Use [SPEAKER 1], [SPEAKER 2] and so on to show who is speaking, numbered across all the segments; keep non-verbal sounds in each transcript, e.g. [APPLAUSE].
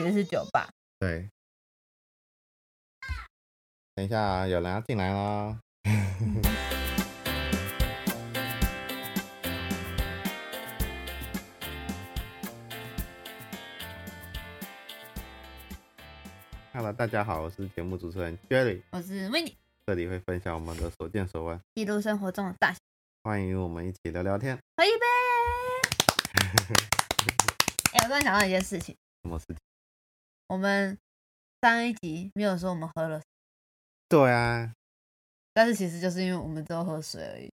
[SPEAKER 1] 实是酒吧。
[SPEAKER 2] 对。等一下啊，有人要进来 [LAUGHS] 啦！Hello，大家好，我是节目主持人 Jerry，
[SPEAKER 1] 我是 w i n n y
[SPEAKER 2] 这里会分享我们的所见所闻，
[SPEAKER 1] 记录生活中的大小，
[SPEAKER 2] 欢迎我们一起聊聊天。
[SPEAKER 1] 喝一杯。哎、我突然想到一件事情，
[SPEAKER 2] 什么事情？
[SPEAKER 1] 我们上一集没有说我们喝了，
[SPEAKER 2] 对啊，
[SPEAKER 1] 但是其实就是因为我们只有喝水而已。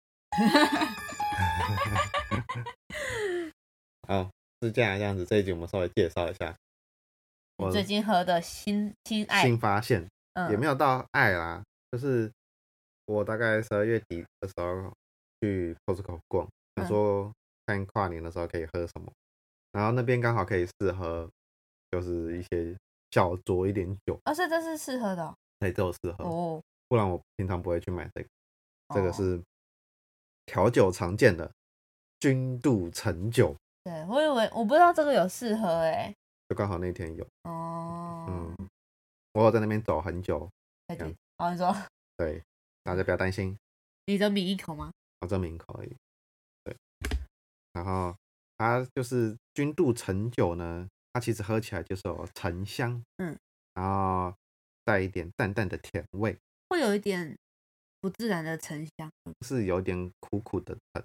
[SPEAKER 2] 哦，是这样这样子。这一集我们稍微介绍一下我
[SPEAKER 1] 最近喝的新新爱，
[SPEAKER 2] 新发现，
[SPEAKER 1] 嗯，
[SPEAKER 2] 也没有到爱啦，就是我大概十二月底的时候去 Costco 逛，
[SPEAKER 1] 嗯
[SPEAKER 2] 想说看跨年的时候可以喝什么，然后那边刚好可以试喝，就是一些小酌一点酒，
[SPEAKER 1] 哦，所以这是适合的哦
[SPEAKER 2] 才只有适合，
[SPEAKER 1] 哦。
[SPEAKER 2] 不然我平常不会去买这个。这个
[SPEAKER 1] 哦
[SPEAKER 2] 是调酒常见的君度橙酒，
[SPEAKER 1] 对，我以为我不知道这个有适合哎、
[SPEAKER 2] 就刚好那天有，
[SPEAKER 1] 哦，
[SPEAKER 2] 嗯，我有在那边走很久，
[SPEAKER 1] 再
[SPEAKER 2] 这样
[SPEAKER 1] 见。哦，你说
[SPEAKER 2] 对，大家不要担心，
[SPEAKER 1] 你的抿一口吗？
[SPEAKER 2] 我证明可以。对，然后它就是君度橙酒呢，它其实喝起来就是有橙香，
[SPEAKER 1] 嗯，
[SPEAKER 2] 然后带一点淡淡的甜味，
[SPEAKER 1] 会有一点不自然的沉香，
[SPEAKER 2] 是有点苦苦的橙。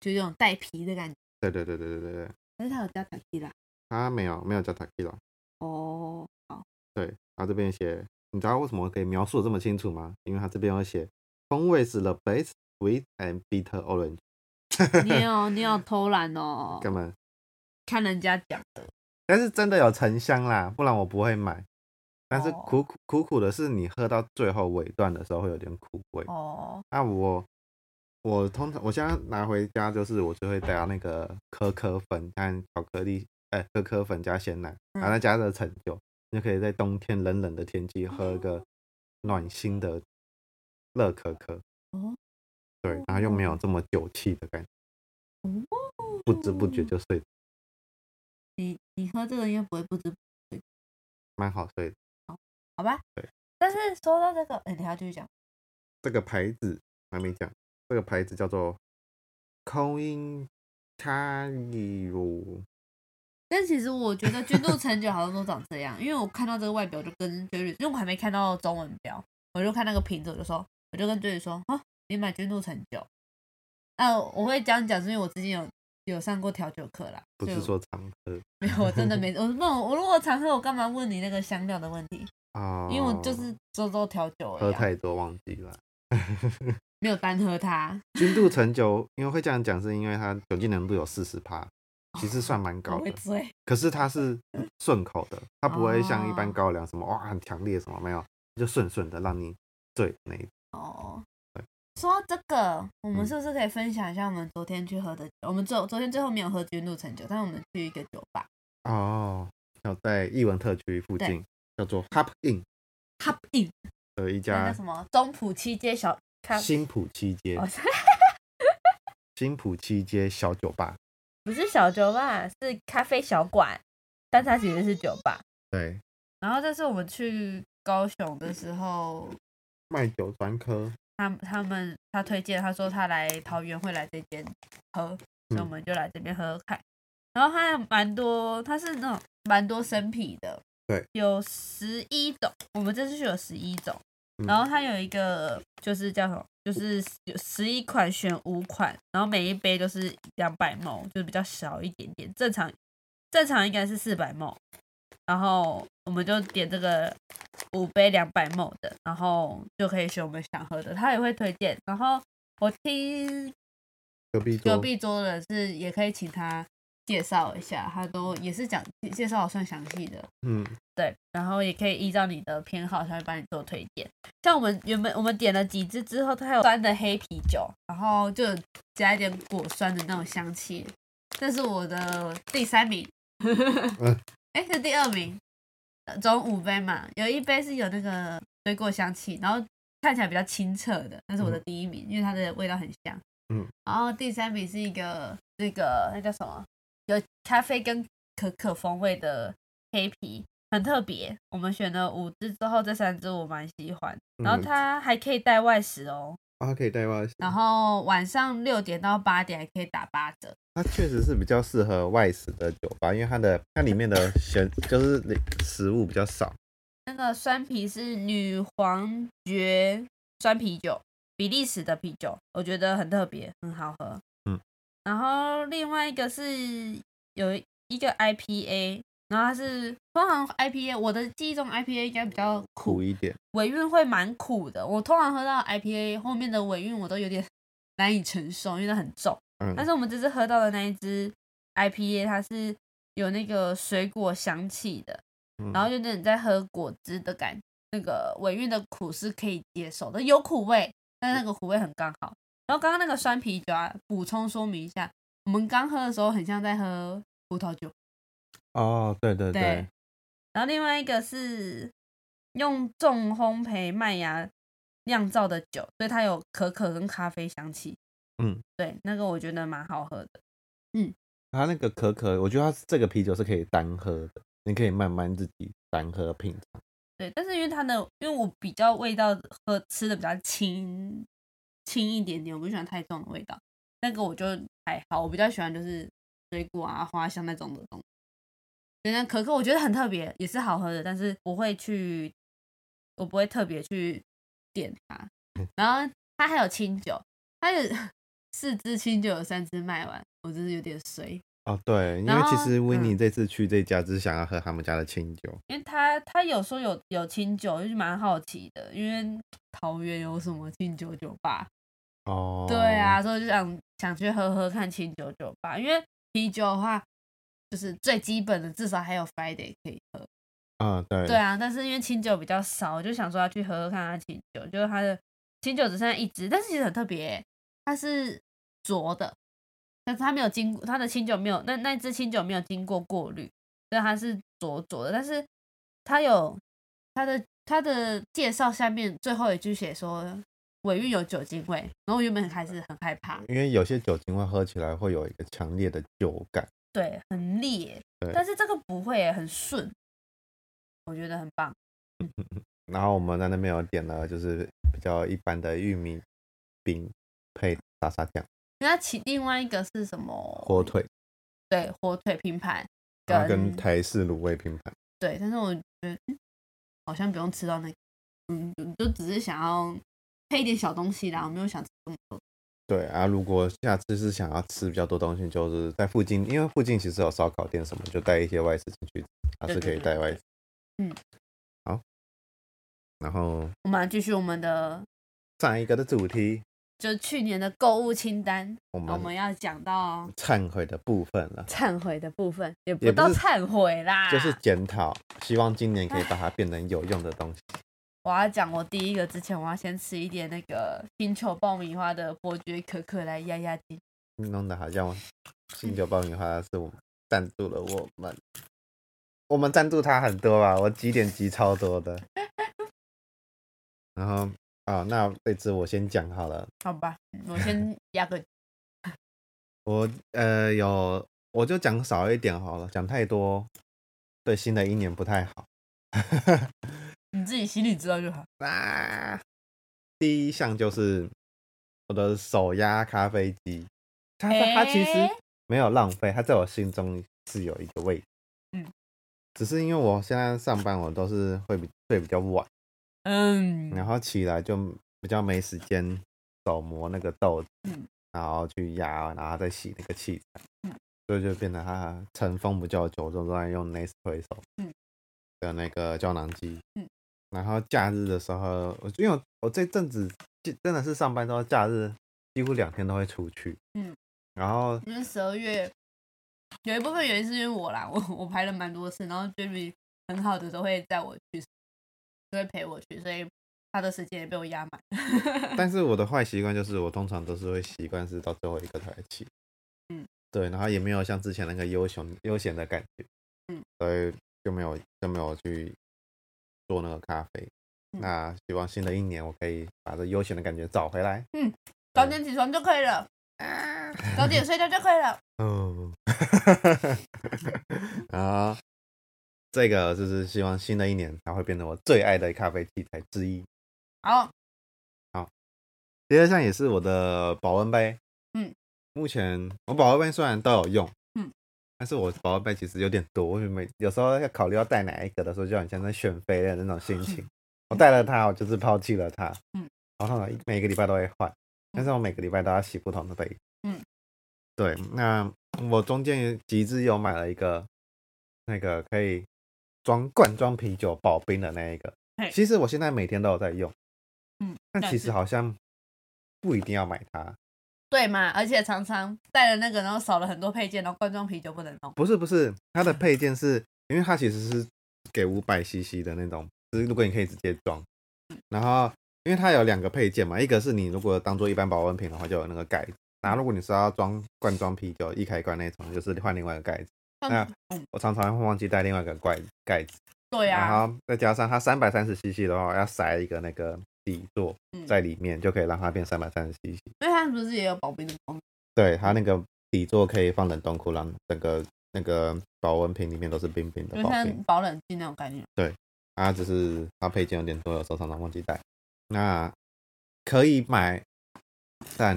[SPEAKER 1] 就有种带皮的感觉。
[SPEAKER 2] 对对对对对对对，
[SPEAKER 1] 可是它有加塔皮啦。
[SPEAKER 2] 它没有没有叫 t a k i l a
[SPEAKER 1] 哦，好，
[SPEAKER 2] 对，然后这边写，你知道为什么可以描述得这么清楚吗？因为它这边有写风味是 the best sweet and bitter orange，
[SPEAKER 1] [LAUGHS] 你有你有偷懒哦，
[SPEAKER 2] 根本，
[SPEAKER 1] 看人家讲的。
[SPEAKER 2] 但是真的有沉香啦，不然我不会买。但是
[SPEAKER 1] 哦
[SPEAKER 2] 苦苦苦苦的是，你喝到最后尾段的时候会有点苦味。
[SPEAKER 1] 哦，
[SPEAKER 2] 那我我通常我现在拿回家就是我就会加那个可可粉和巧克力，哎、可可粉加鲜奶，然
[SPEAKER 1] 嗯
[SPEAKER 2] 后再加热橙酒，你就可以在冬天冷冷的天气喝一
[SPEAKER 1] 哦
[SPEAKER 2] 个暖心的热可可。
[SPEAKER 1] 哦，
[SPEAKER 2] 对，然后又没有这么酒气的感觉，
[SPEAKER 1] 哦
[SPEAKER 2] 不知不觉就睡，
[SPEAKER 1] 你你喝这个应该不会不知，
[SPEAKER 2] 蛮好睡的。
[SPEAKER 1] 好吧？
[SPEAKER 2] 对。
[SPEAKER 1] 但是说到这个，哎、你还要继续讲。
[SPEAKER 2] 这个牌子还没讲，这个牌子叫做 Coin Tario，
[SPEAKER 1] 但其实我觉得君度橙酒好像都长这样，因为我看到这个外表就跟 Jerry，因为我还没看到中文标，我就看那个瓶子，我就说，我就跟 Jerry 说，啊，你买君度橙酒。啊，我会这样讲，是因为我之前有有上过调酒课啦，
[SPEAKER 2] 不
[SPEAKER 1] 所以
[SPEAKER 2] 是
[SPEAKER 1] 我
[SPEAKER 2] 说常喝
[SPEAKER 1] [LAUGHS] 没有，我真的没，我不，我如果常喝，我干嘛问你那个香料的问题？
[SPEAKER 2] 啊，
[SPEAKER 1] 因为我就是周周调酒而
[SPEAKER 2] 喝
[SPEAKER 1] 已啊、
[SPEAKER 2] 太多忘记了。
[SPEAKER 1] 没有单喝它。
[SPEAKER 2] 君度橙酒，因为会这样讲，是因为它酒精浓度有四十趴，其实算蛮
[SPEAKER 1] [LAUGHS] 我
[SPEAKER 2] 高
[SPEAKER 1] 会
[SPEAKER 2] 的。
[SPEAKER 1] 醉。
[SPEAKER 2] 可是它是顺口的，它不会像一般
[SPEAKER 1] 哦
[SPEAKER 2] 高粱什么哇很强烈什么没有，就顺顺的让你醉那一
[SPEAKER 1] 哦
[SPEAKER 2] 对，
[SPEAKER 1] 说到这个，我们
[SPEAKER 2] 嗯
[SPEAKER 1] 是不是可以分享一下我们昨天去喝的酒？我们昨昨天最后没有喝君度橙酒，但是我们去一个酒吧
[SPEAKER 2] 哦，要在艺文特区附
[SPEAKER 1] 对
[SPEAKER 2] 近，叫做 Hop In
[SPEAKER 1] ，Hop In，
[SPEAKER 2] 的一
[SPEAKER 1] 那叫
[SPEAKER 2] 家
[SPEAKER 1] 什么中埔七街小咖，
[SPEAKER 2] 新浦七街、
[SPEAKER 1] 哦 [LAUGHS]
[SPEAKER 2] 新浦七街小酒吧。
[SPEAKER 1] 不是小酒吧，是咖啡小馆，但它其实是酒吧。
[SPEAKER 2] 对，
[SPEAKER 1] 然后这是我们去高雄的时候，
[SPEAKER 2] 卖酒专科。
[SPEAKER 1] 他他们他推荐，他说他来桃园会来这边喝，所以我
[SPEAKER 2] 嗯
[SPEAKER 1] 们就来这边喝喝看。然后它有蛮多，它是那种蛮多生啤的，
[SPEAKER 2] 对，
[SPEAKER 1] 有十一种，我们这次去有十一种。
[SPEAKER 2] 嗯
[SPEAKER 1] 然后它有一个就是叫什么，就是有十一款选五款，然后每一杯就是两百毛，就是比较少一点点。正常正常应该是四百毛，然后我们就点这个五杯两百 ml 的，然后就可以选我们想喝的，他也会推荐。然后我听
[SPEAKER 2] 隔壁桌
[SPEAKER 1] 隔壁桌的是也可以请他介绍一下，他都也是讲介介绍得算详细的，
[SPEAKER 2] 嗯，
[SPEAKER 1] 对。然后也可以依照你的偏好，他会帮你做推荐。像我们原本我们点了几支之后，它还有酸的黑啤酒，然后就有加一点果酸的那种香气。这是我的第三名， [LAUGHS] 哎、是第二名，呃总五杯嘛，有一杯是有那个水果香气，然后看起来比较清澈的，那是我的第一名，因为它的味道很香。
[SPEAKER 2] 嗯，
[SPEAKER 1] 然后第三名是一个那个那叫什么，有咖啡跟可可风味的黑啤，很特别。我们选了五支之后，这三支我蛮喜欢，
[SPEAKER 2] 嗯
[SPEAKER 1] 然后它还可以带外食哦，
[SPEAKER 2] 啊，可以带外食。
[SPEAKER 1] 然后晚上六点到八点还可以打八折。
[SPEAKER 2] 它确实是比较适合外食的酒吧，因为它的它里面的选就是里食物比较少。
[SPEAKER 1] 那个酸啤是女皇爵酸啤酒，比利时的啤酒，我觉得很特别，很好喝。
[SPEAKER 2] 嗯，
[SPEAKER 1] 然后另外一个是有一个 IPA，然后它是通常 IPA，我的记忆中 IPA 应该比较
[SPEAKER 2] 苦
[SPEAKER 1] 苦，
[SPEAKER 2] 一点，
[SPEAKER 1] 尾韵会蛮苦的。我通常喝到 IPA 后面的尾韵，我都有点 [LAUGHS] 难以承受，因为它很重。
[SPEAKER 2] 嗯
[SPEAKER 1] 但，是我们这次喝到的那一支 IPA，它是有那个水果香气的，
[SPEAKER 2] 嗯
[SPEAKER 1] 然后有点在喝果汁的感觉，那个尾韵的苦是可以接受的，有苦味，但那个苦味很刚好。然后刚刚那个酸啤酒啊，补充说明一下，我们刚喝的时候很像在喝葡萄酒，
[SPEAKER 2] 哦，对对
[SPEAKER 1] 对
[SPEAKER 2] 对，
[SPEAKER 1] 然后另外一个是用重烘焙麦芽酿造的酒，所以它有可可跟咖啡香气。
[SPEAKER 2] 嗯，
[SPEAKER 1] 对，那个我觉得蛮好喝的。
[SPEAKER 2] 它那个可可，我觉得它这个啤酒是可以单喝的，你可以慢慢自己单喝品尝。
[SPEAKER 1] 对，但是因为它的，因为我比较味道喝吃的比较轻轻一点点，我不喜欢太重的味道。那个我就还好，我比较喜欢就是水果啊、花香那种的东西。对，那可可我觉得很特别，也是好喝的，但是不会去，我不会特别去点它
[SPEAKER 2] 嗯。
[SPEAKER 1] 然后它还有清酒，它有 [LAUGHS] 四支清酒，有三支卖完，我真是有点衰。
[SPEAKER 2] 哦，对，因为
[SPEAKER 1] 然后
[SPEAKER 2] 其实维尼
[SPEAKER 1] 嗯
[SPEAKER 2] 这次去这家只是想要喝他们家的清酒，
[SPEAKER 1] 因为他他有说有有清酒，就是蛮好奇的，因为桃园有什么清酒酒吧？
[SPEAKER 2] 哦，
[SPEAKER 1] 对啊，，所以就想想去喝喝看清酒酒吧，因为啤酒的话，就是最基本的，至少还有 Friday 可以喝。
[SPEAKER 2] 嗯，对，
[SPEAKER 1] 对啊，但是因为清酒比较少，我就想说要去喝喝看它清酒，就是它的清酒只剩下一支，但是其实很特别、欸它是浊的，但是它没有经过它的清酒没有那那支清酒没有经过过滤，所以它是浊浊的，但是它有它的它的介绍下面最后一句写说尾韵有酒精味，然后我原本还是很害怕，
[SPEAKER 2] 因为有些酒精会喝起来会有一个强烈的酒感。
[SPEAKER 1] 对，很烈欸
[SPEAKER 2] 对，
[SPEAKER 1] 但是这个不会、欸很顺，我觉得很棒。
[SPEAKER 2] 然后我们在那边有点了，就是比较一般的玉米饼配沙沙酱、
[SPEAKER 1] 那其另外一个是什么？
[SPEAKER 2] 火腿，
[SPEAKER 1] 对火腿拼盘
[SPEAKER 2] 然后跟
[SPEAKER 1] 跟
[SPEAKER 2] 台式卤味拼盘。
[SPEAKER 1] 对，但是我觉得嗯好像不用吃到那个，嗯，就就只是想要配一点小东西啦，我没有想吃这么多。
[SPEAKER 2] 对啊，如果下次是想要吃比较多东西，就是在附近，因为附近其实有烧烤店什么，就带一些外食进去，还
[SPEAKER 1] 对
[SPEAKER 2] 是可以
[SPEAKER 1] 对
[SPEAKER 2] 带
[SPEAKER 1] 对
[SPEAKER 2] 外
[SPEAKER 1] 对
[SPEAKER 2] 食。
[SPEAKER 1] 嗯，
[SPEAKER 2] 好。然后
[SPEAKER 1] 我们来继续我们的
[SPEAKER 2] 上一个的主题，
[SPEAKER 1] 就是去年的购物清单，
[SPEAKER 2] 我
[SPEAKER 1] 我们
[SPEAKER 2] 们
[SPEAKER 1] 要讲到
[SPEAKER 2] 忏悔的部分了，
[SPEAKER 1] 忏悔的部分，也不
[SPEAKER 2] 也不
[SPEAKER 1] 到
[SPEAKER 2] 是
[SPEAKER 1] 忏悔啦，
[SPEAKER 2] 就是检讨，希望今年可以把它变成有用的东西。
[SPEAKER 1] 我要讲我第一个之前，我要先吃一点那个星球爆米花的伯爵可可来压压惊。
[SPEAKER 2] 弄得好像我星球爆米花是我们赞助了我们，我们赞助他很多吧，我几点集超多的。然后啊、那这支我先讲好了，
[SPEAKER 1] 好吧，嗯我先压个
[SPEAKER 2] 我呃有我就讲少一点好了，讲太多对新的一年不太好。
[SPEAKER 1] 你自己心里知道就好。
[SPEAKER 2] 啊，第一项就是我的手压咖啡机，它它其实
[SPEAKER 1] 诶
[SPEAKER 2] 没有浪费，它在我心中是有一个位置。
[SPEAKER 1] 嗯，
[SPEAKER 2] 只是因为我现在上班，我都是会比睡比较晚，
[SPEAKER 1] 嗯，
[SPEAKER 2] 然后起来就比较没时间手磨那个豆子，
[SPEAKER 1] 嗯
[SPEAKER 2] 然后去压，然后再洗那个器材，
[SPEAKER 1] 嗯
[SPEAKER 2] 所以就变得它尘封比较久，就都在用 Nespresso
[SPEAKER 1] 嗯
[SPEAKER 2] 的那个胶囊机。
[SPEAKER 1] 嗯
[SPEAKER 2] 然后假日的时候，我因为我我这阵子就真的是上班到假日，几乎两天都会出去。
[SPEAKER 1] 嗯，
[SPEAKER 2] 然后
[SPEAKER 1] 因为十二月有一部分原因是因为我啦，我我排了蛮多次，然后 Jimmy 很好的都会带我去，都会陪我去，所以他的时间也被我压满。
[SPEAKER 2] 但是我的坏习惯就是，我通常都是会习惯是到最后一个才起。
[SPEAKER 1] 嗯，
[SPEAKER 2] 对，然后也没有像之前那个悠闲悠闲的感觉。
[SPEAKER 1] 嗯，
[SPEAKER 2] 所以就没有就没有去做那个咖啡。
[SPEAKER 1] 嗯
[SPEAKER 2] 那希望新的一年我可以把这悠闲的感觉找回来。
[SPEAKER 1] [LAUGHS] 嗯早点起床就可以了，早
[SPEAKER 2] [LAUGHS]
[SPEAKER 1] 点睡觉就可以了。
[SPEAKER 2] 嗯哦，然后这个就是希望新的一年它会变成我最爱的咖啡器材之一。
[SPEAKER 1] 好，
[SPEAKER 2] 第二项也是我的保温杯。
[SPEAKER 1] 嗯，
[SPEAKER 2] 目前我保温杯虽然都有用，
[SPEAKER 1] 嗯，
[SPEAKER 2] 但是我保温杯其实有点多，我每有时候要考虑要带哪一个的时候，就很像在选妃的那种心
[SPEAKER 1] [LAUGHS]
[SPEAKER 2] 情。我带了它，我就是抛弃了它。
[SPEAKER 1] 嗯，
[SPEAKER 2] 然后呢，每个礼拜都会换，但是我每个礼拜都要洗不同的杯。
[SPEAKER 1] 嗯，
[SPEAKER 2] 对。那我中间极致有买了一个那个可以装罐装啤酒保冰的那一个
[SPEAKER 1] 嘿，
[SPEAKER 2] 其实我现在每天都有在用。
[SPEAKER 1] 嗯，
[SPEAKER 2] 但
[SPEAKER 1] 但
[SPEAKER 2] 其
[SPEAKER 1] 是
[SPEAKER 2] 实好像不一定要买它，
[SPEAKER 1] 对嘛？而且常常带了那个，然后少了很多配件，然后罐装啤酒不能弄。
[SPEAKER 2] 不是不是，它的配件是因为它其实是给五百 CC 的那种，就是如果你可以直接装，然后因为它有两个配件嘛，一个是你如果当做一般保温瓶的话，就有那个盖子。然后如果你是要装罐装啤酒一开罐那种，就是换另外一个盖子。那
[SPEAKER 1] 嗯，
[SPEAKER 2] 我常常会忘记带另外一个盖盖子，
[SPEAKER 1] 对啊，
[SPEAKER 2] 然后再加上它三百三十 CC 的话，要塞一个那个底座
[SPEAKER 1] 嗯
[SPEAKER 2] 在里面，就可以让它变三百三十 CC。
[SPEAKER 1] 因为它不是也有保冰的功能？
[SPEAKER 2] 对，它那个底座可以放冷冻库，让整个那个保温瓶里面都是冰冰
[SPEAKER 1] 因
[SPEAKER 2] 的
[SPEAKER 1] 为
[SPEAKER 2] 保
[SPEAKER 1] 像
[SPEAKER 2] 冰。
[SPEAKER 1] 保冷剂那种概念。
[SPEAKER 2] 啊，只是它配件有点多，有时候常常忘记带。那可以买，但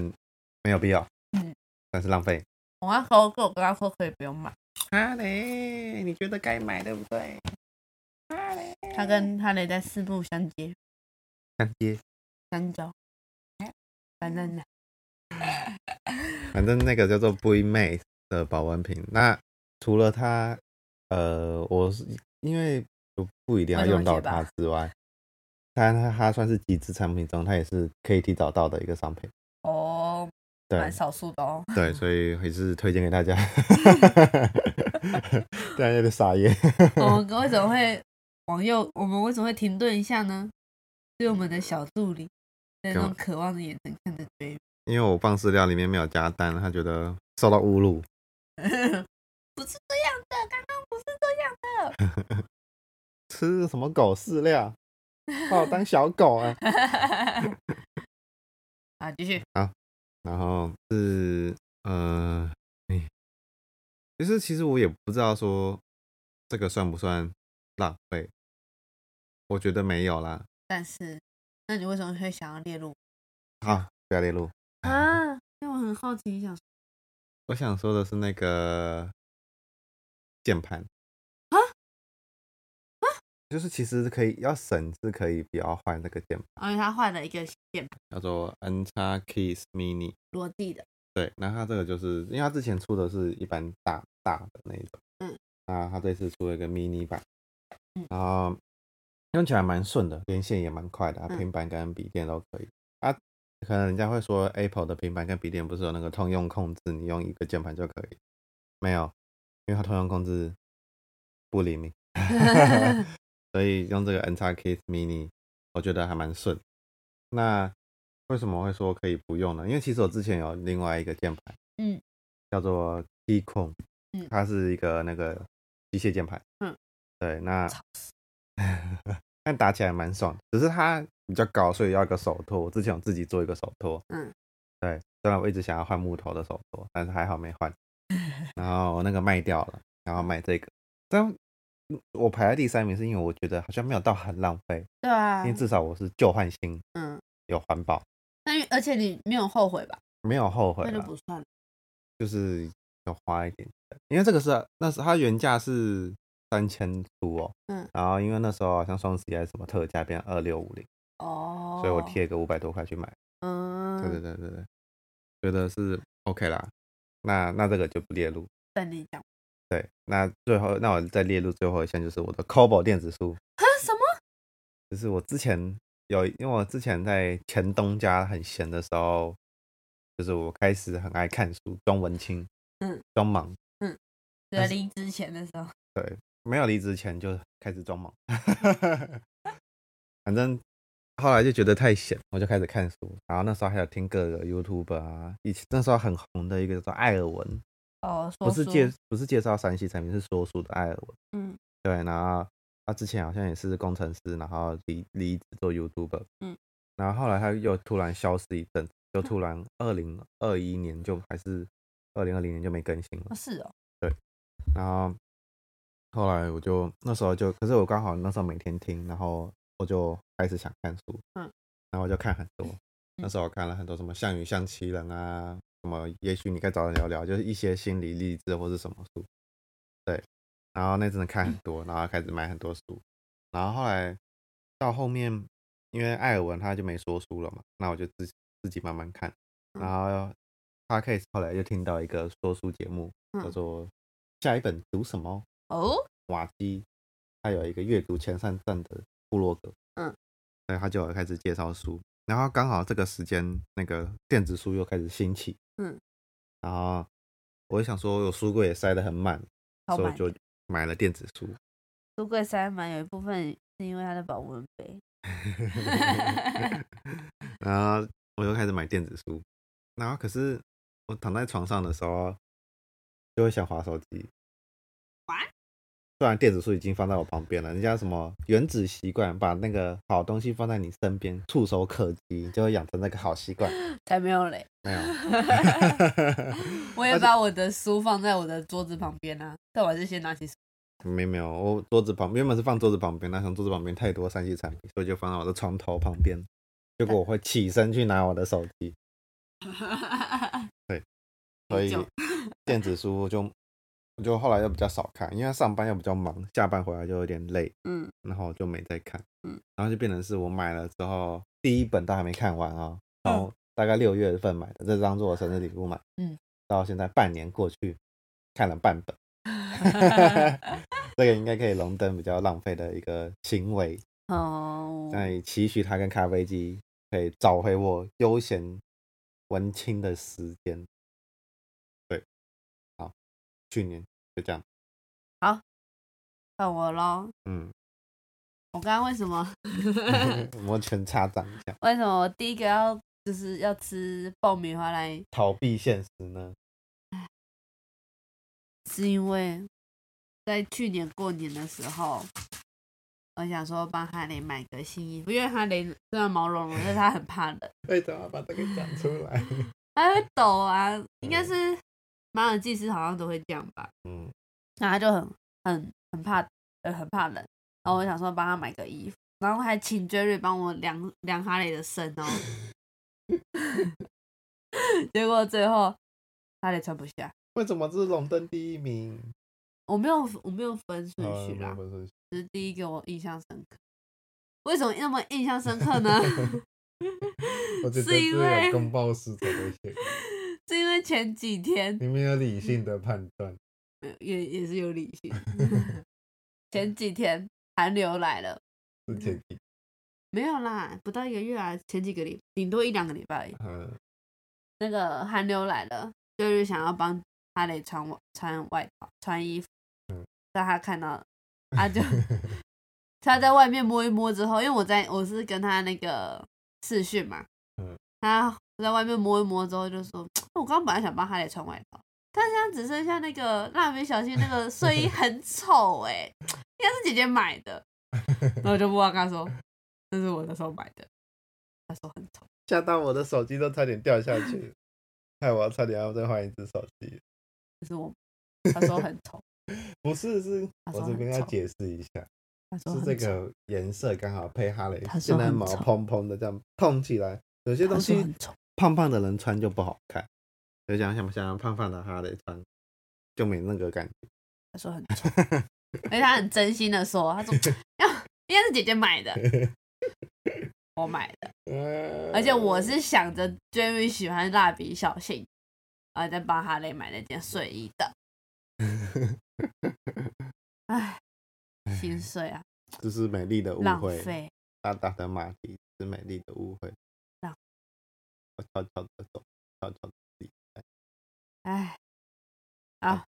[SPEAKER 2] 没有必要。
[SPEAKER 1] 嗯，
[SPEAKER 2] 但是浪费。
[SPEAKER 1] 我跟他说，跟我跟他说可以不用买。
[SPEAKER 2] 啊嘞，你觉得该买对不对？啊嘞，
[SPEAKER 1] 他跟哈雷在四目相接，
[SPEAKER 2] 干爹，
[SPEAKER 1] 相交，反正呢，
[SPEAKER 2] 反正那个叫做 Boy Mate 的保温瓶。那除了它，呃，我是因为我不一定要用到它之外，它它它算是极致产品中，它也是可以提早到的一个商品。
[SPEAKER 1] 哦，
[SPEAKER 2] 对
[SPEAKER 1] 蛮少数的
[SPEAKER 2] [LAUGHS]
[SPEAKER 1] 哦。
[SPEAKER 2] 对，所以还是推荐给 [LAUGHS] 大家。大家有点傻眼。
[SPEAKER 1] 哦我们为什么会往右？我们为什么会停顿一下呢？是我们的小助理在那种渴望的眼神看着追。
[SPEAKER 2] 因为我放饲料里面没有加蛋，他觉得受到侮辱。
[SPEAKER 1] [LAUGHS] 不是这样的，刚刚不是这样
[SPEAKER 2] 吃什么狗饲料？把我当小狗啊！
[SPEAKER 1] 的。 [LAUGHS] 啊，继续，
[SPEAKER 2] 然后是呃，哎其实其实我也不知道说这个算不算浪费，我觉得没有啦。
[SPEAKER 1] 但是，那你为什么会想要列入
[SPEAKER 2] 好，不要列入。
[SPEAKER 1] 啊？因为我很好奇，想说
[SPEAKER 2] 我想说的是那个键盘
[SPEAKER 1] 啊
[SPEAKER 2] 就是其实可以要省是可以不要换那个键盘，
[SPEAKER 1] 而且哦他换了一个键盘，
[SPEAKER 2] 叫做 N 叉 Keys Mini。
[SPEAKER 1] 落地
[SPEAKER 2] [LAUGHS]
[SPEAKER 1] 的，
[SPEAKER 2] 对，那它这个就是因为它之前出的是一般大大的那一种，
[SPEAKER 1] 嗯，
[SPEAKER 2] 那它这次出了一个 mini 版，
[SPEAKER 1] 嗯
[SPEAKER 2] 然后用起来蛮顺的，连线也蛮快的，啊
[SPEAKER 1] 嗯
[SPEAKER 2] 平板跟笔电都可以。啊，可能人家会说 Apple 的平板跟笔电不是有那个通用控制，你用一个键盘就可以？没有，因为它通用控制不灵敏， [LAUGHS] 所以用这个 N 叉 Kids Mini，我觉得还蛮顺。那为什么会说可以不用呢？因为其实我之前有另外一个键盘，
[SPEAKER 1] 嗯，
[SPEAKER 2] 叫做 t c o n
[SPEAKER 1] 嗯
[SPEAKER 2] 它是一个那个机械键盘，
[SPEAKER 1] 嗯，
[SPEAKER 2] 对，那 [LAUGHS] 但打起来蛮爽的，只是它比较高，所以要一个手托。我之前有自己做一个手托，
[SPEAKER 1] 嗯，
[SPEAKER 2] 对，虽然我一直想要换木头的手托，但是还好没换。
[SPEAKER 1] [LAUGHS]
[SPEAKER 2] 然后我那个卖掉了，然后买这个，但嗯我排在第三名是因为我觉得好像没有到很浪费，
[SPEAKER 1] 对啊
[SPEAKER 2] 因为，至少我是旧换新，
[SPEAKER 1] 嗯，
[SPEAKER 2] 有环保，
[SPEAKER 1] 那因为而且你没有后悔吧？
[SPEAKER 2] 没有后悔
[SPEAKER 1] 那就
[SPEAKER 2] 了，
[SPEAKER 1] 不算了。
[SPEAKER 2] 就是有花一点钱，因为这个是啊那时它原价是三千出哦，
[SPEAKER 1] 嗯，
[SPEAKER 2] 然后因为那时候好像双十一还是什么特价变二六五零，
[SPEAKER 1] 哦，
[SPEAKER 2] 所以我，贴个五百多块去买，
[SPEAKER 1] 嗯，
[SPEAKER 2] 对对对对对，觉得是 OK 啦，那那这个就不列入，
[SPEAKER 1] 等你讲
[SPEAKER 2] 对，那最后那我再列入最后一项就是我的 Kobo 电子书，
[SPEAKER 1] 啊什么？
[SPEAKER 2] 就是我之前有，因为我之前在前东家很闲的时候，就是我开始很爱看书，装文青，
[SPEAKER 1] 嗯，
[SPEAKER 2] 装忙，
[SPEAKER 1] 对啊，离职前的时候，
[SPEAKER 2] 对，没有离职前就开始装忙， [LAUGHS] 反正后来就觉得太闲，我就开始看书，然后那时候还有听各个 YouTube 啊，以前那时候很红的一个叫做艾尔文，
[SPEAKER 1] 哦，说
[SPEAKER 2] 不是
[SPEAKER 1] 书
[SPEAKER 2] 介不是介绍山西产品，是说书的艾尔文。
[SPEAKER 1] 嗯
[SPEAKER 2] 对，然后他之前好像也是工程师，然后离离职做 YouTuber，
[SPEAKER 1] 嗯，
[SPEAKER 2] 然后后来他又突然消失一阵，就突然二零二一年就还是二零二零年就没更新了
[SPEAKER 1] 哦，是哦，
[SPEAKER 2] 然后后来我就那时候就，可是我刚好那时候每天听，然后我就开始想看书，
[SPEAKER 1] 嗯，
[SPEAKER 2] 然后我就看很多。那时候我看了很多什么《项羽象棋人》啊，什么也许你该找人聊聊，就是一些心理励志或是什么书。对，然后那阵子看很多，然后开始买很多书，然后后来到后面，因为艾尔文他就没说书了嘛，那我就自自己慢慢看，
[SPEAKER 1] 嗯
[SPEAKER 2] 然后 p o d c a s 后来又听到一个说书节目，
[SPEAKER 1] 嗯
[SPEAKER 2] 叫做《下一本读什么》。
[SPEAKER 1] 哦，
[SPEAKER 2] 瓦基，他有一个阅读前三站的部落格，
[SPEAKER 1] 嗯，
[SPEAKER 2] 对，他就有开始介绍书，然后刚好这个时间那个电子书又开始兴起，
[SPEAKER 1] 嗯，
[SPEAKER 2] 然后我就想说，我书柜也塞得很满，
[SPEAKER 1] 好
[SPEAKER 2] 所以
[SPEAKER 1] 买
[SPEAKER 2] 我。就买了电子书，
[SPEAKER 1] 书柜塞满有一部分是因为它的保温杯。
[SPEAKER 2] [LAUGHS] 然后我就开始买电子书，然后可是我躺在床上的时候，就会想划手机。
[SPEAKER 1] What？
[SPEAKER 2] 虽然电子书已经放在我旁边了，人家什么原子习惯，把那个好东西放在你身边，触手可及，你就会养成那个好习惯。
[SPEAKER 1] 才没有
[SPEAKER 2] [LAUGHS]
[SPEAKER 1] 嘞！
[SPEAKER 2] 没有，
[SPEAKER 1] [LAUGHS] 我也把我的书放在我的桌子旁边啊，但我还是先拿起书。
[SPEAKER 2] 没没有，我桌子旁原本是放桌子旁边，那想桌子旁边太多三 C 产品，所以就放到我的床头旁边。结果我会起身去拿我的手机，所以
[SPEAKER 1] 就
[SPEAKER 2] 电子书就我就后来又比较少看，因为上班又比较忙，下班回来就有点累，
[SPEAKER 1] 嗯，
[SPEAKER 2] 然后就没再看。
[SPEAKER 1] 嗯，
[SPEAKER 2] 然后就变成是我买了之后，第一本都还没看完啊、
[SPEAKER 1] 嗯
[SPEAKER 2] 然后大概六月份买的，这当做我生日礼物买。
[SPEAKER 1] 嗯，
[SPEAKER 2] 到现在半年过去，看了
[SPEAKER 1] [LAUGHS]
[SPEAKER 2] 半本， [LAUGHS] 这个应该可以荣登比较浪费的一个行为。
[SPEAKER 1] 哦，
[SPEAKER 2] 那期许它跟咖啡机可以找回我悠闲文青的时间。对，好，去年就这样，
[SPEAKER 1] 看我喽。
[SPEAKER 2] 嗯， [LAUGHS]
[SPEAKER 1] 我刚刚为什么？
[SPEAKER 2] 摩拳擦掌这样，
[SPEAKER 1] 为什么我第一个要就是要吃爆米花来？
[SPEAKER 2] 逃避现实呢？
[SPEAKER 1] 是因为在去年过年的时候，我想说帮哈雷买个新衣服，因为哈雷虽然毛茸茸，但是他很怕冷，
[SPEAKER 2] 为什么要把这个讲出来？
[SPEAKER 1] 他会抖啊，应该是马尔济斯好像都会这样吧。
[SPEAKER 2] [LAUGHS] 嗯，
[SPEAKER 1] 然后他就很很很怕呃很怕冷，然后我想说帮他买个衣服，然后还请 Jerry 帮我量量哈雷的身
[SPEAKER 2] [LAUGHS]
[SPEAKER 1] 哦， [LAUGHS] 结果最后哈雷穿不下，
[SPEAKER 2] 为什么这是荣登第一名？
[SPEAKER 1] 我没有我没有分顺
[SPEAKER 2] 好
[SPEAKER 1] 序啦
[SPEAKER 2] 哦呃没，有顺序
[SPEAKER 1] 只是第一个我印象深刻。为什么那么印象深刻呢？ [LAUGHS]
[SPEAKER 2] 我觉
[SPEAKER 1] 是
[SPEAKER 2] 得这
[SPEAKER 1] 因
[SPEAKER 2] 有
[SPEAKER 1] 为
[SPEAKER 2] 公报私仇的行为，
[SPEAKER 1] 是因为前几天
[SPEAKER 2] 你没有理性的判断。
[SPEAKER 1] 没有也也是有理性，前几天寒流来了，
[SPEAKER 2] 是前提，
[SPEAKER 1] 没有啦，不到一个月啊，前几个礼顶多一两个礼拜而已。
[SPEAKER 2] 嗯，
[SPEAKER 1] 那个寒流来了，就是想要帮哈雷穿外穿外套、穿衣服
[SPEAKER 2] 嗯，
[SPEAKER 1] 但他看到了，他
[SPEAKER 2] 啊
[SPEAKER 1] 就他在外面摸一摸之后，因为我在我是跟他那个视讯嘛，
[SPEAKER 2] 嗯
[SPEAKER 1] 他在外面摸一摸之后就说，我刚刚本来想帮哈雷穿外套，但现在只剩下那个蜡笔小新那个睡衣很
[SPEAKER 2] [LAUGHS]
[SPEAKER 1] 丑哎、应该是姐姐买的，然后我就不知道跟他说，这是我那时候买的，他说很丑。
[SPEAKER 2] 吓到我的手机都差点掉下去，害我差点要再换一只手机。
[SPEAKER 1] 就是我，他说很丑，
[SPEAKER 2] 不是，是
[SPEAKER 1] 他说
[SPEAKER 2] 我是跟他
[SPEAKER 1] 很丑
[SPEAKER 2] 解释一下，
[SPEAKER 1] 他说
[SPEAKER 2] 是
[SPEAKER 1] 很
[SPEAKER 2] 这
[SPEAKER 1] 丑
[SPEAKER 2] 个颜色刚好配哈雷
[SPEAKER 1] 他，说
[SPEAKER 2] 现在
[SPEAKER 1] 很
[SPEAKER 2] 毛
[SPEAKER 1] 丑
[SPEAKER 2] 蓬蓬的这样碰起来，有些
[SPEAKER 1] 他
[SPEAKER 2] 东
[SPEAKER 1] 说
[SPEAKER 2] 西
[SPEAKER 1] 很丑，
[SPEAKER 2] 胖胖的人穿就不好看，就想想想胖胖的哈雷穿就没那个感觉。
[SPEAKER 1] 他说很
[SPEAKER 2] [LAUGHS]
[SPEAKER 1] 丑，而且他很真心的说，他说 [LAUGHS] 要应该是姐姐买的，我买的，而且我是想着 Jerry 喜欢蜡笔小新，然后再帮哈雷买那件睡衣的，唉，心碎啊，
[SPEAKER 2] [LAUGHS] 这是美丽的误
[SPEAKER 1] 浪
[SPEAKER 2] 会，
[SPEAKER 1] 费，
[SPEAKER 2] 大大的马蹄是美丽的误会。
[SPEAKER 1] 浪
[SPEAKER 2] 我悄悄的走，悄悄的离开。 [LAUGHS]
[SPEAKER 1] 唉，啊，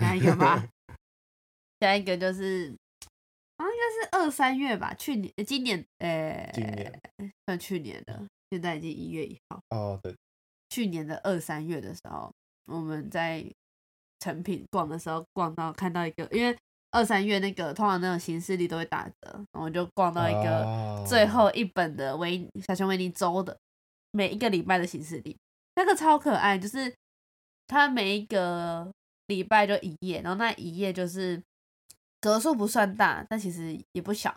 [SPEAKER 1] 下一个吧，下一个就是。啊，应该是二三月吧，去年、呃今年，呃，
[SPEAKER 2] 今年
[SPEAKER 1] 算去年的，现在已经一月一号。
[SPEAKER 2] 哦，对，
[SPEAKER 1] 去年的二三月的时候，我们在成品逛的时候，逛到看到一个，因为二三月那个通常那种新势力都会打折，然后我就逛到一个
[SPEAKER 2] 哦
[SPEAKER 1] 最后一本的维尼小熊维尼周的每一个礼拜的新势力，那个超可爱，就是它每一个礼拜就一页，然后那一页就是格数不算大，但其实也不小。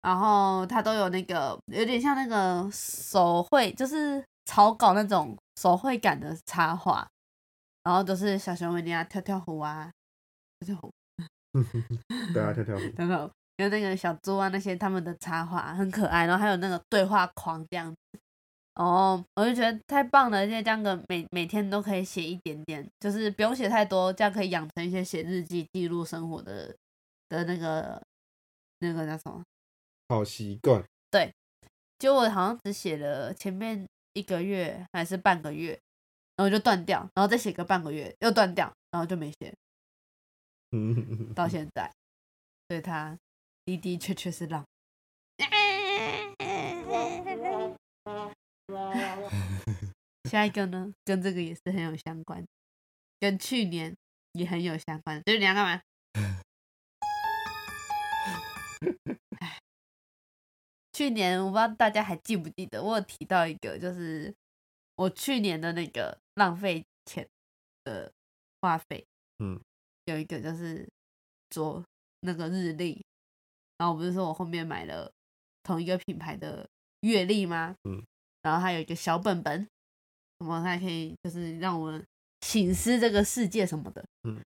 [SPEAKER 1] 然后它都有那个有点像那个手绘，就是草稿那种手绘感的插画，然后都是小熊维尼啊、跳跳虎啊、跳跳虎
[SPEAKER 2] 对啊，跳跳虎，
[SPEAKER 1] 等等，有那个小猪啊那些他们的插画很可爱，然后还有那个对话框这样子。哦，我就觉得太棒了，因为这样个每每天都可以写一点点，就是不用写太多，这样可以养成一些写日记、记录生活的的那个那个叫什么？
[SPEAKER 2] 好习惯。
[SPEAKER 1] 结果我好像只写了前面一个月还是半个月，然后就断掉，然后再写个半个月又断掉，然后就没写
[SPEAKER 2] 嗯，
[SPEAKER 1] 到现在，所以它的的确确是浪。下一个呢，跟这个也是很有相关，跟去年也很有相关。就是你要干嘛？唉哎去年我不知道大家还记不记得，我有提到一个，就是我去年的那个浪费钱的话费，
[SPEAKER 2] 嗯，
[SPEAKER 1] 有一个就是做那个日历，然后我不是说我后面买了同一个品牌的月历吗？
[SPEAKER 2] 嗯，
[SPEAKER 1] 然后还有一个小本本，什么它可以就是让我们醒思这个世界什么的。
[SPEAKER 2] 嗯，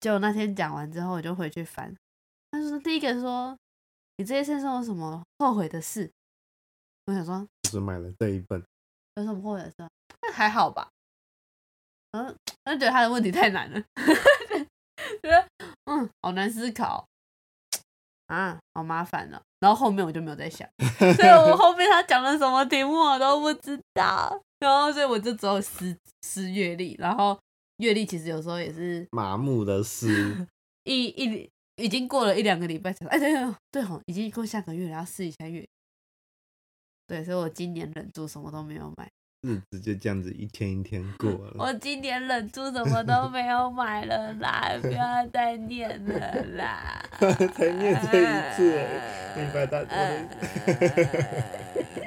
[SPEAKER 1] 就那天讲完之后，我就回去翻，他说第一个说你这一生中有什么后悔的事？我想说
[SPEAKER 2] 就是买了这一本，
[SPEAKER 1] 有什么后悔的事啊？那还好吧。嗯，我就觉得他的问题太难了， [LAUGHS] 觉得嗯好难思考啊，好麻烦了、然后后面我就没有再想。所以我后面他讲了什么题目我都不知道，然后所以我就只有撕撕阅历，然后阅历其实有时候也是
[SPEAKER 2] 麻木的
[SPEAKER 1] [LAUGHS]
[SPEAKER 2] 撕，
[SPEAKER 1] 一一已经过了一两个礼拜才说，哎对对对吼，已经过下个月了，要试一下阅历。对，所以我今年忍住什么都没有买，
[SPEAKER 2] 日子就这样子一天一天过 [LAUGHS] 了。，
[SPEAKER 1] 我今年忍住什么都没有买了啦，不要再念了啦
[SPEAKER 2] [LAUGHS] 才念这一次而已明白大我的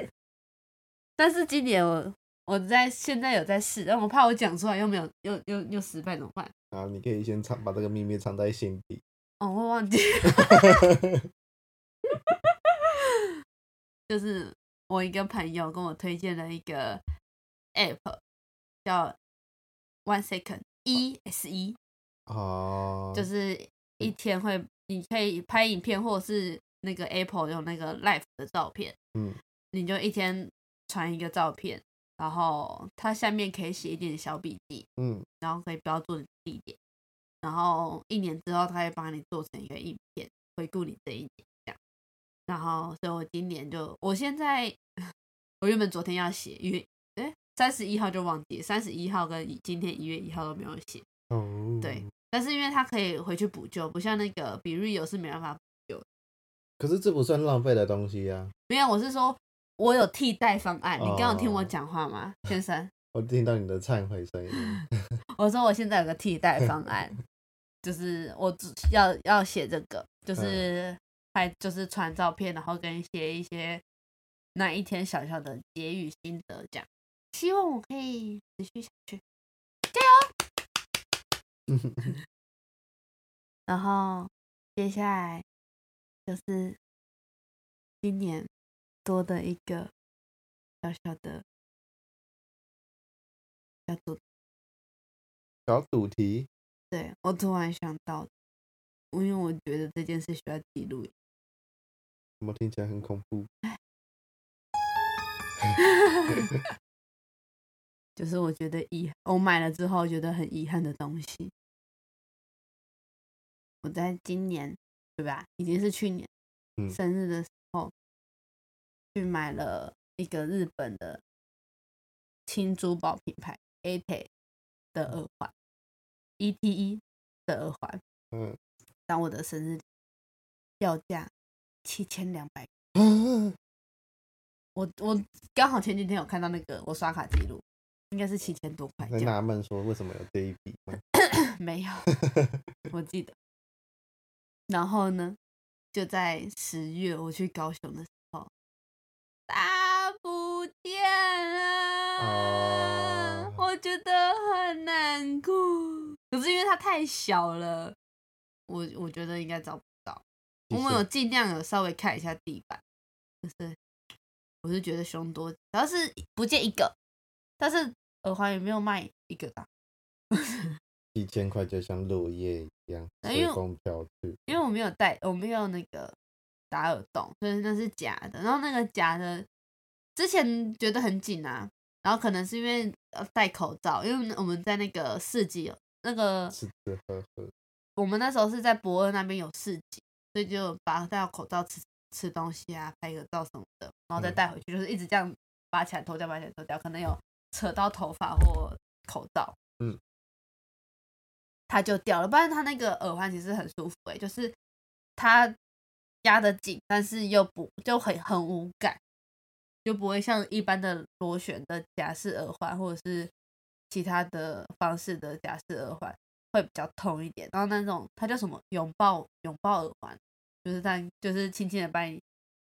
[SPEAKER 2] [LAUGHS]
[SPEAKER 1] 但是今年我我在现在有在试，但我怕我讲出来又没有又又又失败怎么办？
[SPEAKER 2] 然后你可以先藏把这个秘密藏在心底。
[SPEAKER 1] 哦，我忘记，
[SPEAKER 2] [LAUGHS]
[SPEAKER 1] 就是我一个朋友跟我推荐了一个 app，叫 One Second E S E，
[SPEAKER 2] 哦，
[SPEAKER 1] 就是一天会你可以拍影片或者是那个 Apple 有那个 Live 的照片，
[SPEAKER 2] 嗯，
[SPEAKER 1] 你就一天传一个照片，然后它下面可以写一点小笔记，
[SPEAKER 2] 嗯，
[SPEAKER 1] 然后可以标注地点，然后一年之后他会帮你做成一个影片，回顾你这一年这样。然后，所以我今年就，我现在我原本昨天要写，因为哎三十一号就忘记，三十一号跟今天一月一号都没有写，
[SPEAKER 2] 哦，
[SPEAKER 1] 对。但是因为他可以回去补救，不像那个比瑞有是没办法，
[SPEAKER 2] 可是这不算浪费的东西呀、啊。
[SPEAKER 1] 没有，我是说我有替代方案。你刚刚有听我
[SPEAKER 2] 哦
[SPEAKER 1] 讲话吗，先生？
[SPEAKER 2] 我听到你的忏悔声音，
[SPEAKER 1] [LAUGHS]
[SPEAKER 2] [LAUGHS]
[SPEAKER 1] 我说我现在有个替代方案，就是我只要要写这个，就是拍就是传照片，然后跟写一些那一天小小的结语心得这样。希望我可以持续下去。然后接下来就是今年多的一个小小的小组
[SPEAKER 2] 小主题，
[SPEAKER 1] 对我突然想到，因为我觉得这件事需要记录。
[SPEAKER 2] 怎么听起来很恐怖？
[SPEAKER 1] [LAUGHS] 就是我觉得遗，我买了之后觉得很遗憾的东西。我在今年，对吧？已经是去年、
[SPEAKER 2] 嗯
[SPEAKER 1] 生日的时候，去买了一个日本的轻珠宝品牌 ATE 的耳环，ETE 的耳环，
[SPEAKER 2] 嗯，
[SPEAKER 1] 当我的生日礼要价七千两百。
[SPEAKER 2] 嗯
[SPEAKER 1] 我我刚好前几天有看到那个我刷卡记录，应该是七千多块这
[SPEAKER 2] 在
[SPEAKER 1] 样。
[SPEAKER 2] 纳闷说为什么有这一笔吗？
[SPEAKER 1] 没有，我记得。然后呢，就在十月我去高雄的时候，它不见了，
[SPEAKER 2] 哦
[SPEAKER 1] 我觉得很难过。可是因为它太小了，我我觉得应该找不到。
[SPEAKER 2] 其
[SPEAKER 1] 我们
[SPEAKER 2] 实
[SPEAKER 1] 有尽量有稍微看一下地板，就是我是觉得凶多，主要是不见一个，但是耳环也没有卖一个吧，
[SPEAKER 2] 一千块就像落叶一样
[SPEAKER 1] 哎因
[SPEAKER 2] 随
[SPEAKER 1] 为
[SPEAKER 2] 风飘去。
[SPEAKER 1] 因为我没有戴，我没有那个打耳洞，所以那是假的。然后那个假的之前觉得很紧啊，然后可能是因为呃戴口罩，因为我们在那个市集有那个
[SPEAKER 2] 吃吃喝
[SPEAKER 1] [LAUGHS]
[SPEAKER 2] 喝， [LAUGHS]
[SPEAKER 1] 我们那时候是在博尔那边有市集，所以就把戴口罩吃吃东西啊，拍个照什么的，然后再
[SPEAKER 2] 嗯
[SPEAKER 1] 带回去，就是一直这样拔起来脱掉，拔起来脱掉，可能有扯到头发或口罩，
[SPEAKER 2] 嗯，
[SPEAKER 1] 它就掉了。不然它那个耳环其实很舒服、欸，就是它压得紧，但是又不就很很无感，就不会像一般的螺旋的夹式耳环或者是其他的方式的夹式耳环。会比较痛一点。然后那种它叫什么拥抱拥抱耳环，就是它就是轻轻的把你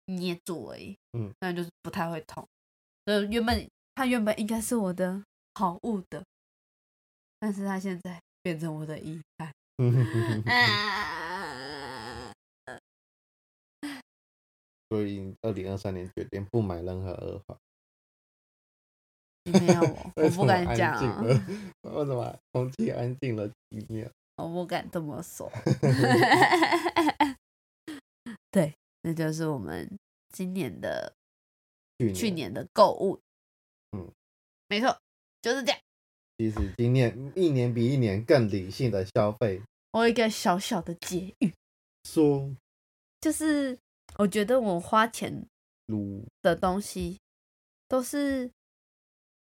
[SPEAKER 1] 捏住而已，
[SPEAKER 2] 嗯，
[SPEAKER 1] 那就是不太会痛。所以原本它原本应该是我的好物的，但是它现在变成我的遗
[SPEAKER 2] [LAUGHS]
[SPEAKER 1] 憾。啊
[SPEAKER 2] 所以二零二三年决定不买任何耳环。
[SPEAKER 1] 你没有我，我不敢讲
[SPEAKER 2] 为
[SPEAKER 1] 啊、
[SPEAKER 2] 什么安静了 [LAUGHS] 为什么空气安静了几秒？
[SPEAKER 1] 我不敢这么
[SPEAKER 2] [LAUGHS]
[SPEAKER 1] 说。对，那就是我们今年的
[SPEAKER 2] 去年，
[SPEAKER 1] 去年的购物。
[SPEAKER 2] 嗯，
[SPEAKER 1] 没错，就是这样。
[SPEAKER 2] 其实今年一年比一年更理性的消费，
[SPEAKER 1] 我有一个小小的结语，
[SPEAKER 2] 说
[SPEAKER 1] 就是我觉得我花钱
[SPEAKER 2] 如
[SPEAKER 1] 的东西都是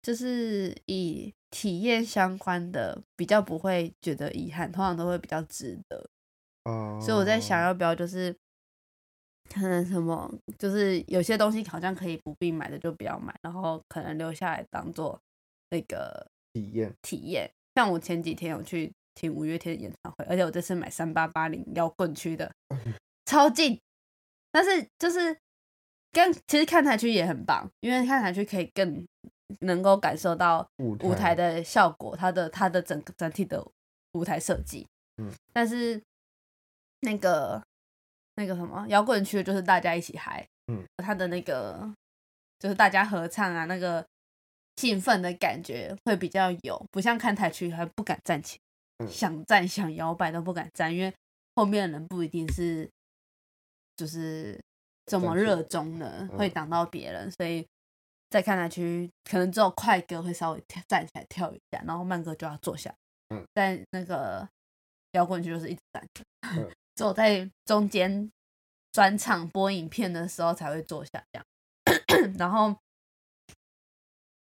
[SPEAKER 1] 就是以体验相关的，比较不会觉得遗憾，通常都会比较值得。
[SPEAKER 2] 啊，
[SPEAKER 1] 所以我在想要不要就是可能什么，就是有些东西好像可以不必买的就不要买，然后可能留下来当做那个
[SPEAKER 2] 体验
[SPEAKER 1] 体验。像我前几天有去听五月天的演唱会，而且我这次买三八八零摇滚区的， [LAUGHS] 超近。但是就是跟其实看台区也很棒，因为看台区可以更能够感受到
[SPEAKER 2] 舞台
[SPEAKER 1] 舞台的效果，它的它的整个整体的舞台设计。
[SPEAKER 2] 嗯，
[SPEAKER 1] 但是那个那个什么摇滚区就是大家一起嗨，
[SPEAKER 2] 嗯，
[SPEAKER 1] 它的那个就是大家合唱啊，那个兴奋的感觉会比较有，不像看台区还不敢站起，
[SPEAKER 2] 嗯
[SPEAKER 1] 想站想摇摆都不敢站，因为后面的人不一定是就是这么
[SPEAKER 2] 站起来
[SPEAKER 1] 热衷的，
[SPEAKER 2] 嗯
[SPEAKER 1] 会挡到别人，所以在看台区可能只有快歌会稍微跳站起来跳一下，然后慢歌就要坐下。
[SPEAKER 2] 嗯，
[SPEAKER 1] 在那个摇滚区就是一直站着，
[SPEAKER 2] 嗯
[SPEAKER 1] [LAUGHS] 只有在中间转场播影片的时候才会坐下这样。 [COUGHS] 然后，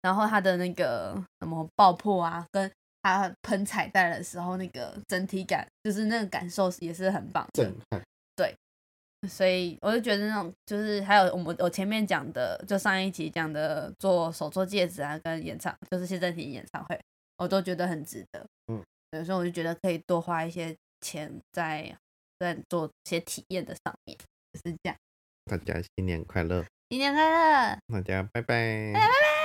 [SPEAKER 1] 然后他的那个什么爆破啊，跟他喷彩带的时候，那个整体感就是那个感受也是很棒的
[SPEAKER 2] 震。撼，
[SPEAKER 1] 所以我就觉得那种就是还有我们我前面讲的，就上一集讲的做手做戒指啊，跟演唱就是谢振廷演唱会，我都觉得很值得。
[SPEAKER 2] 嗯，
[SPEAKER 1] 有时候我就觉得可以多花一些钱在在做一些体验的上面，就是这样。
[SPEAKER 2] 大家新年快乐，
[SPEAKER 1] 新年快乐！
[SPEAKER 2] 大家拜拜。
[SPEAKER 1] 拜拜。